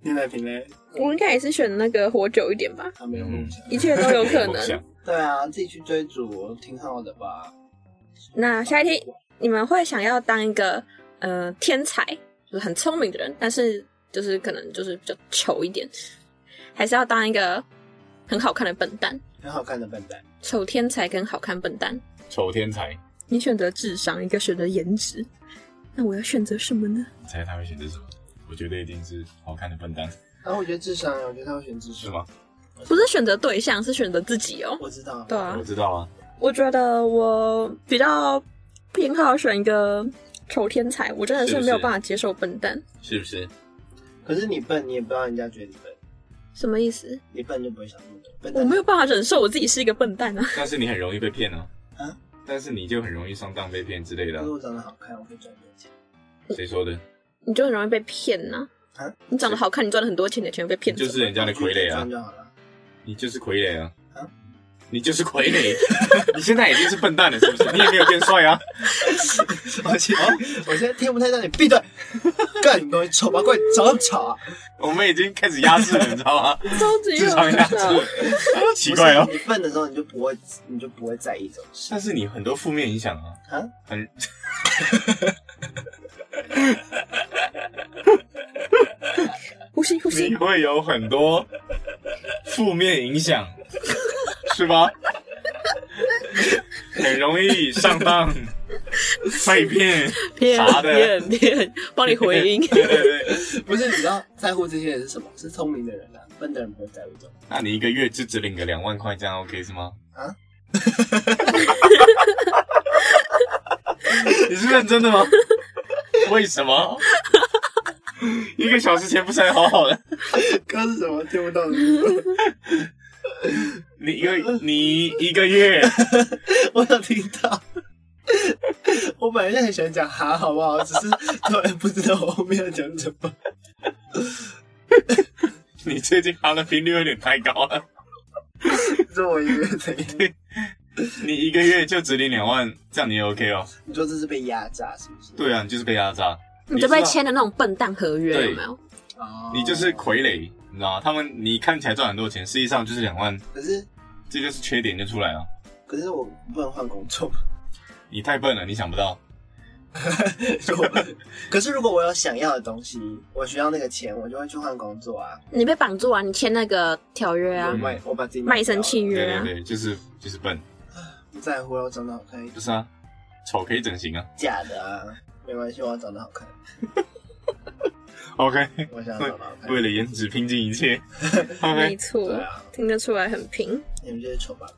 Speaker 3: 牛奶瓶嘞，
Speaker 2: 我应该也是选那个活久一点吧，
Speaker 3: 他没有梦想。
Speaker 2: 一切都有可
Speaker 1: 梦想
Speaker 2: 能。
Speaker 3: 对啊，自己去追逐，挺好的吧？
Speaker 2: 那下一题，你们会想要当一个呃天才，就是很聪明的人，但是就是可能就是比较糗一点，还是要当一个很好看的笨蛋？
Speaker 3: 很好看的笨蛋，
Speaker 2: 丑天才跟好看笨蛋，
Speaker 1: 丑天才，
Speaker 2: 你选择智商，一个选择颜值，那我要选择什么呢？
Speaker 1: 你猜他会选择什么？我觉得一定是好看的笨蛋，
Speaker 3: 然后我觉得智商，啊我觉得他会选智
Speaker 1: 是
Speaker 3: 商。
Speaker 1: 吗？
Speaker 2: 不是选择对象，是选择自己哦。
Speaker 3: 我知道，
Speaker 2: 对啊
Speaker 1: 我，知道啊，
Speaker 2: 我觉得我比较偏好选一个丑天才，我真的
Speaker 1: 是
Speaker 2: 是
Speaker 1: 不是
Speaker 2: 没有办法接受笨蛋，
Speaker 1: 是不是？
Speaker 3: 可是你笨，你也不知道人家觉得你笨，
Speaker 2: 什么意思？
Speaker 3: 你笨就不会想那么多。笨
Speaker 2: 我
Speaker 3: 蛋
Speaker 2: 没有办法忍受我自己是一个笨蛋啊！
Speaker 1: 但是你很容易被骗啊
Speaker 3: 啊。哦
Speaker 1: 但是你就很容易上当被骗之类的啊
Speaker 3: 可是，我长得好看，我可以赚多钱。
Speaker 1: 谁说的？
Speaker 2: 你就很容易被骗呐、
Speaker 3: 啊
Speaker 2: 你长得好看，你赚了很多钱，你的钱会被骗走
Speaker 1: 就。是人家的傀儡啊
Speaker 3: 赚，就好了。
Speaker 1: 你就是傀儡啊
Speaker 3: 啊，
Speaker 1: 你就是傀儡，你 现在已经是笨蛋了，是不是？你也没有变帅啊，哦
Speaker 3: 我现在我现在听不太到你，闭嘴！干你东西丑八怪，长得丑啊！
Speaker 1: 我们已经开始压制了，你知道吗？
Speaker 2: 超级啊
Speaker 1: 智商压制，奇怪哦
Speaker 3: 不。是你笨的时候，你就不会，你就不会在意这种事
Speaker 1: 但是你很多负面影响啊，
Speaker 3: 啊。
Speaker 1: 很
Speaker 2: 呼吸呼吸
Speaker 1: 你，会有很多负面影响，是 吧？很容易上当、被骗，
Speaker 2: 骗
Speaker 1: 啥的
Speaker 2: 骗骗，帮你 回音。
Speaker 1: 对对对。
Speaker 3: 不是，你知道在乎这些人是什么？是聪明的人啊，笨的人不会在乎这种。
Speaker 1: 那你一个月就只领个两万块，这样 OK 是吗？
Speaker 3: 啊？
Speaker 1: 你是认真的吗？为什么？一个小时前不是还好好的？
Speaker 3: 刚是什么？听不到的。
Speaker 1: 你一个你一个月
Speaker 3: 我有听到。我本来就很喜欢讲哈，好不好？只是突然不知道我后面要讲什么。
Speaker 1: 你最近发的频率有点太高了，
Speaker 3: 你说我一个月怎样？
Speaker 1: 你一个月就只领两万，这样你也 OK 哦？
Speaker 3: 你说这是被压榨是不是？
Speaker 1: 对啊，你就是被压榨，
Speaker 2: 你就被
Speaker 1: 知道，
Speaker 2: 签了那种笨蛋合约，
Speaker 1: 对
Speaker 2: 有没有？
Speaker 3: 哦
Speaker 1: 你就是傀儡，你知道吗？他们你看起来赚很多钱，实际上就是两万，
Speaker 3: 可是
Speaker 1: 这就是缺点就出来了。
Speaker 3: 可是我不能换工 作吧？
Speaker 1: 你太笨了，你想不到。
Speaker 3: 如果可是如果我有想要的东西，我需要那个钱，我就会去换工作啊。
Speaker 2: 你被绑住啊，你签那个条约啊
Speaker 3: 我，卖我把自己
Speaker 2: 卖
Speaker 3: 掉
Speaker 2: 身
Speaker 3: 了
Speaker 2: 契，约
Speaker 1: 对
Speaker 2: 啊
Speaker 1: 嗯对，对，就是就是笨，
Speaker 3: 不在乎我长得好看，
Speaker 1: 不是啊？丑可以整形啊。
Speaker 3: 假的啊，没关系，我要长得好看，
Speaker 1: OK，
Speaker 3: 我想要长得好看。
Speaker 1: 为了颜值拼尽一切。
Speaker 2: 没
Speaker 1: OK，
Speaker 2: 错
Speaker 3: 对，啊，
Speaker 2: 听得出来很平。
Speaker 3: 你们这些丑八怪。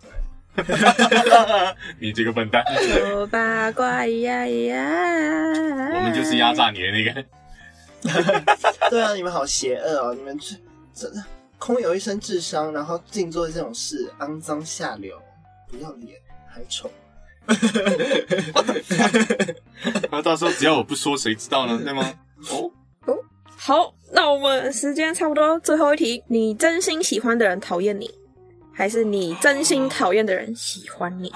Speaker 1: 你这个笨蛋，
Speaker 2: 丑八怪呀呀！
Speaker 1: 我
Speaker 2: 我
Speaker 1: 们就是压。榨你的那个。
Speaker 2: 嗯
Speaker 3: 对啊，你们好邪恶哦！你们这真的空有一身智商，然后净做这种事，肮脏下流，不要脸，还丑。
Speaker 1: 然后到时候只要我不说，谁知道呢？ 对吗？哦，
Speaker 2: 好，那我们时间差不多，最后一题：你真心喜欢的人讨厌你，还是你真心讨厌的人喜欢你？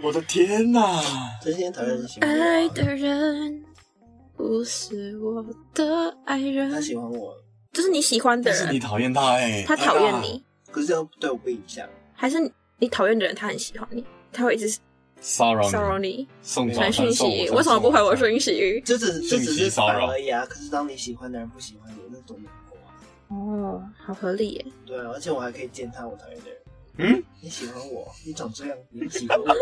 Speaker 1: 我的天哪！
Speaker 3: 真心讨厌人喜欢
Speaker 2: 爱
Speaker 3: 我啊，
Speaker 2: 的人不是我的爱
Speaker 3: 他
Speaker 2: 人，
Speaker 3: 喜欢我，
Speaker 2: 就是你喜欢的
Speaker 1: 但是你
Speaker 2: 人，
Speaker 1: 讨厌他哎、
Speaker 2: 他讨厌你，
Speaker 3: 可是这样对我不影响。
Speaker 2: 还是你讨厌的人他很喜欢你，他会一直
Speaker 1: 骚扰你，
Speaker 2: 骚扰你、
Speaker 1: 送早餐
Speaker 2: 传讯
Speaker 1: 送午
Speaker 2: 息，
Speaker 1: 餐
Speaker 2: 为什么不回我
Speaker 1: 送晚
Speaker 2: 讯息？
Speaker 3: 这只是这只
Speaker 1: 信息
Speaker 3: 是
Speaker 1: 骚
Speaker 3: 烦
Speaker 1: 扰
Speaker 3: 而已啊！可是当你喜欢的人不喜欢你，那多难过啊！
Speaker 2: 哦，好合理耶！
Speaker 3: 对啊，而且我还可以见他我讨厌的人。
Speaker 1: 嗯，
Speaker 3: 你喜欢我，你长这样，你喜 欢我，
Speaker 1: 餐？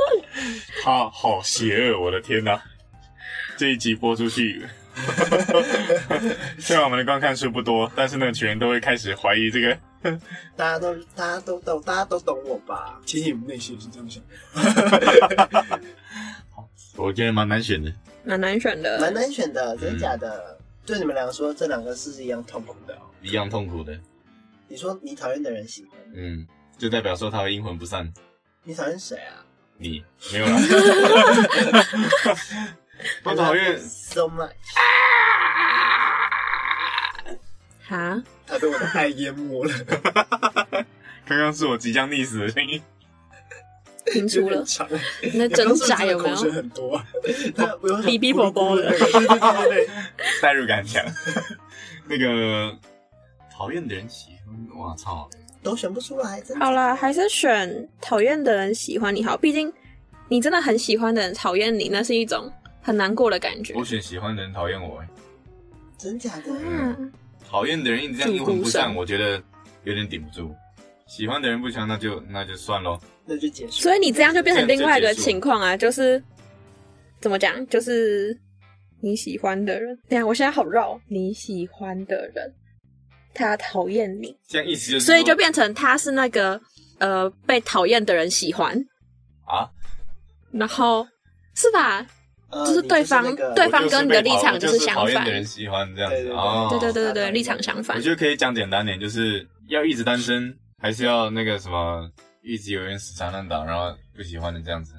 Speaker 1: 他好邪恶！我的天哪！这一集播出去，虽然我们的观看数不多，但是呢，群人都会开始怀疑这个
Speaker 3: 大家都大家都懂，大家都懂我吧？其实你们内心也是这样想，
Speaker 1: 我觉得蛮难选的。
Speaker 2: 蛮难选的，
Speaker 3: 蛮难选的，真的假的？对你们两个说，这两个是一样痛苦的哦。
Speaker 1: 一样痛苦的，
Speaker 3: 你说你讨厌的人喜欢你，
Speaker 1: 嗯，就代表说他会阴魂不散。
Speaker 3: 你讨厌谁
Speaker 1: 啊
Speaker 3: 啊？
Speaker 1: 你没有啦，我讨厌
Speaker 3: so much。
Speaker 2: 哈，
Speaker 3: 他被我的爱淹没 了，
Speaker 1: 刚刚是我即将溺死的声 音。
Speaker 2: 听
Speaker 3: 就
Speaker 2: 出了
Speaker 3: 很长。
Speaker 2: 那挣扎有没
Speaker 3: 口水
Speaker 2: 有？
Speaker 3: 很 多，啊他我有
Speaker 2: 比比伯伯了
Speaker 3: 对对对对对，
Speaker 1: 代入感强。 那个讨厌的人喜欢，我操！
Speaker 3: 都选不出来，真的
Speaker 2: 好啦，还是选讨厌的人喜欢你好，毕竟你真的很喜欢的人讨厌你，那是一种很难过的感觉
Speaker 1: 我。选喜欢的人讨厌我、欸，
Speaker 3: 真假的？
Speaker 2: 嗯，
Speaker 1: 讨厌的人一直这样阴魂不散，我觉得有点顶不住。喜欢的人不喜欢，那就那就算咯。
Speaker 3: 那就结束。
Speaker 2: 所以你这样就变成另外
Speaker 1: 这
Speaker 2: 一个
Speaker 1: 样就结束
Speaker 2: 情况啊，就是怎么讲，就是你喜欢的人，对啊，我现在好绕，你喜欢的人，他讨厌你，
Speaker 1: 这样意思就是说，
Speaker 2: 所以就变成他是那个呃被讨厌的人喜欢，
Speaker 1: 啊，
Speaker 2: 然后是吧？
Speaker 3: 呃
Speaker 2: 就是对方
Speaker 3: 你就是那个
Speaker 2: 对
Speaker 1: 我
Speaker 2: 方
Speaker 1: 就是
Speaker 2: 跟你
Speaker 1: 被
Speaker 2: 的立场
Speaker 1: 讨我
Speaker 2: 就
Speaker 1: 就是是
Speaker 2: 相反
Speaker 1: 讨厌的人喜欢这样
Speaker 3: 对
Speaker 1: 子
Speaker 3: 对对
Speaker 1: 哦。
Speaker 2: 对对对对对，
Speaker 3: 哦
Speaker 2: 立场相反
Speaker 1: 我。觉得可以讲简单点，就是要一直单身，还是要那个什么，一直有人死缠烂打，然后不喜欢的这样子，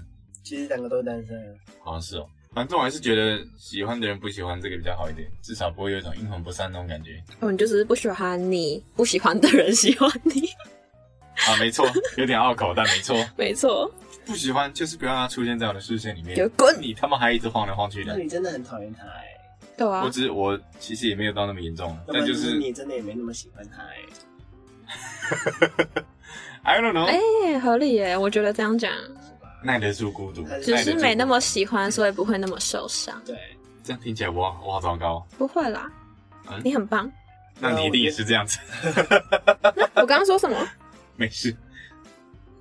Speaker 3: 其实两个都是单身，啊
Speaker 1: 好像是哦。反正我还是觉得喜欢的人不喜欢这个比较好一点，至少不会有一种阴魂不散那种感觉
Speaker 2: 哦，你就只是不喜欢你不喜欢的人喜欢你，
Speaker 1: 啊。没错，有点拗口，但没错，
Speaker 2: 没错，
Speaker 1: 不喜欢就是不要让他出现在我的视线里面。
Speaker 2: 给我滚
Speaker 1: 你他妈还一直晃来晃去
Speaker 3: 那
Speaker 1: 的。
Speaker 3: 你真的很讨厌他哎、
Speaker 2: 对
Speaker 1: 我
Speaker 2: 啊，
Speaker 1: 只我其实也没有到那么严重，
Speaker 3: 要不
Speaker 1: 但
Speaker 3: 然
Speaker 1: 就
Speaker 3: 就是
Speaker 1: 是
Speaker 3: 你真的也没那么喜欢他哎、
Speaker 1: I don't know，、
Speaker 2: 哎、合理耶，我觉得这样讲，
Speaker 1: 耐得住孤独，
Speaker 2: 只
Speaker 1: 耐得
Speaker 2: 是
Speaker 1: 住
Speaker 2: 没那
Speaker 1: 孤独
Speaker 2: 么喜欢，所以不会那么受伤，
Speaker 3: 对，
Speaker 1: 这样听起来我好我好糟糕。
Speaker 2: 不会啦
Speaker 1: 嗯，
Speaker 2: 你很棒。
Speaker 1: 那你一定也是这样子，
Speaker 2: 那我刚刚说什么？
Speaker 1: 没事。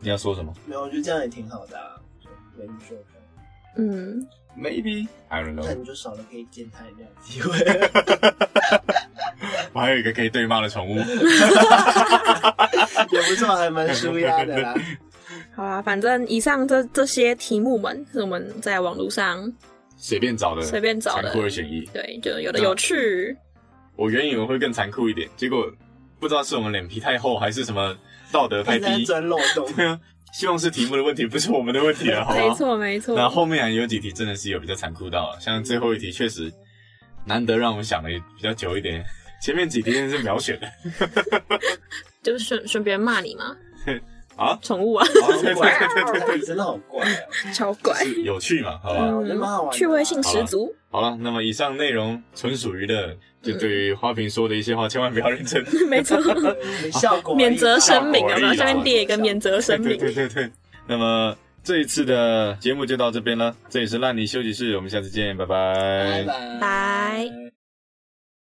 Speaker 1: 你要说什么
Speaker 3: 没有，我觉得这样也挺好的、啊，就没你说的。
Speaker 2: 嗯，
Speaker 1: ？Maybe I don't
Speaker 3: 那
Speaker 1: know。
Speaker 3: 你就少了可以见他一面的机会，
Speaker 1: 我还有一个可以对骂的宠 物，
Speaker 3: 也不错，还蛮舒压的啦。
Speaker 2: 好啊，反正以上这这些题目们是我们在网络上
Speaker 1: 随便找的，
Speaker 2: 随便找的
Speaker 1: 残酷二选一。
Speaker 2: 对，就有的有趣，
Speaker 1: 我原以为会更残酷一点，结果不知道是我们脸皮太厚，还是什么道德 太
Speaker 3: 一直在
Speaker 1: 低。
Speaker 3: 钻漏洞，
Speaker 1: 对啊，希望是题目的问题，不是我们的问题了，啊好
Speaker 2: 没
Speaker 1: 吗？
Speaker 2: 错没错。
Speaker 1: 那后面还有几题真的是有比较残酷到，像最后一题确实难得让我们想的比较久一点，前面几题真的是秒选 的
Speaker 2: 就是顺顺便骂你嘛，
Speaker 1: 啊，
Speaker 2: 宠物啊，
Speaker 1: 好对对对对对
Speaker 3: 你真的好怪啊！
Speaker 2: 超怪，
Speaker 1: 对，有趣嘛，好吧。
Speaker 3: 嗯我觉得蛮好玩的啊
Speaker 2: 趣味性十足。
Speaker 1: 好了，那么以上内容纯属娱乐，就对于花瓶说的一些话，千万不要认 真。
Speaker 2: 没错，
Speaker 1: 呃
Speaker 3: 对效果啊
Speaker 2: 免责声明
Speaker 1: 效果
Speaker 2: 有没
Speaker 1: 而
Speaker 2: 有？
Speaker 1: 已
Speaker 2: 下
Speaker 1: 啦
Speaker 2: 面列一个免责声
Speaker 1: 对
Speaker 2: 明。
Speaker 1: 对对对，那么这一次的节目就到这边了，这里是烂泥休息室，我们下次见，拜
Speaker 3: 拜拜
Speaker 2: 拜。